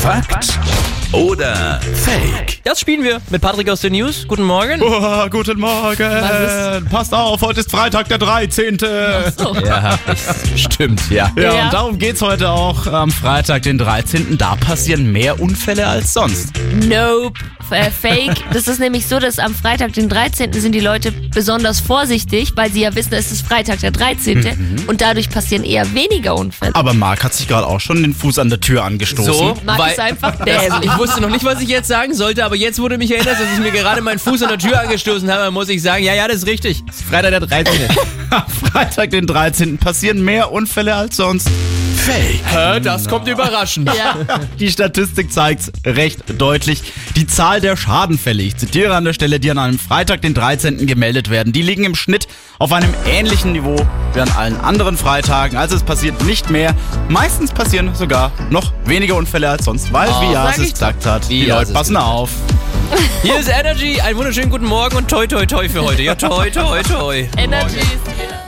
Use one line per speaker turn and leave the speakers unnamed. Fakt oder Fake?
Das spielen wir mit Patrick aus den News. Guten Morgen.
Oh, guten
Was
Morgen. Passt auf, heute ist Freitag der 13.
So.
Ja, stimmt, ja.
Ja,
Ja.
und darum geht's heute auch am Freitag, den 13. Da passieren mehr Unfälle als sonst.
Nope. F- Äh, fake. Das ist nämlich so, dass am Freitag, den 13. sind die Leute besonders vorsichtig, weil sie ja wissen, es ist Freitag, der 13. Und dadurch passieren eher weniger Unfälle.
Aber Marc hat sich gerade auch schon den Fuß an der Tür angestoßen.
So,
Marc
weil
ist einfach
das,
dämlich.
ich wusste noch nicht, was ich jetzt sagen sollte, aber jetzt wurde mich erinnert, dass ich mir gerade meinen Fuß an der Tür angestoßen habe. Da muss ich sagen, ja, ja, das ist richtig. Es ist Freitag der 13.
Am Freitag, den 13. passieren mehr Unfälle als sonst.
Fake.
Hä, Äh, das kommt überraschend.
Ja.
Die Statistik zeigt's recht deutlich. Die Zahl der Schadenfälle, ich zitiere an der Stelle, die an einem Freitag, den 13. gemeldet werden, die liegen im Schnitt auf einem ähnlichen Niveau wie an allen anderen Freitagen. Also es passiert nicht mehr. Meistens passieren sogar noch weniger Unfälle als sonst, weil, wie Jas
Oh. sag
es
ich-
gesagt hat,
Wie
die
Jas
Leute
es
passen auf.
Hier ist Energy. Einen wunderschönen guten Morgen und toi, toi, toi für heute. Ja, toi, toi, toi.
Energy ist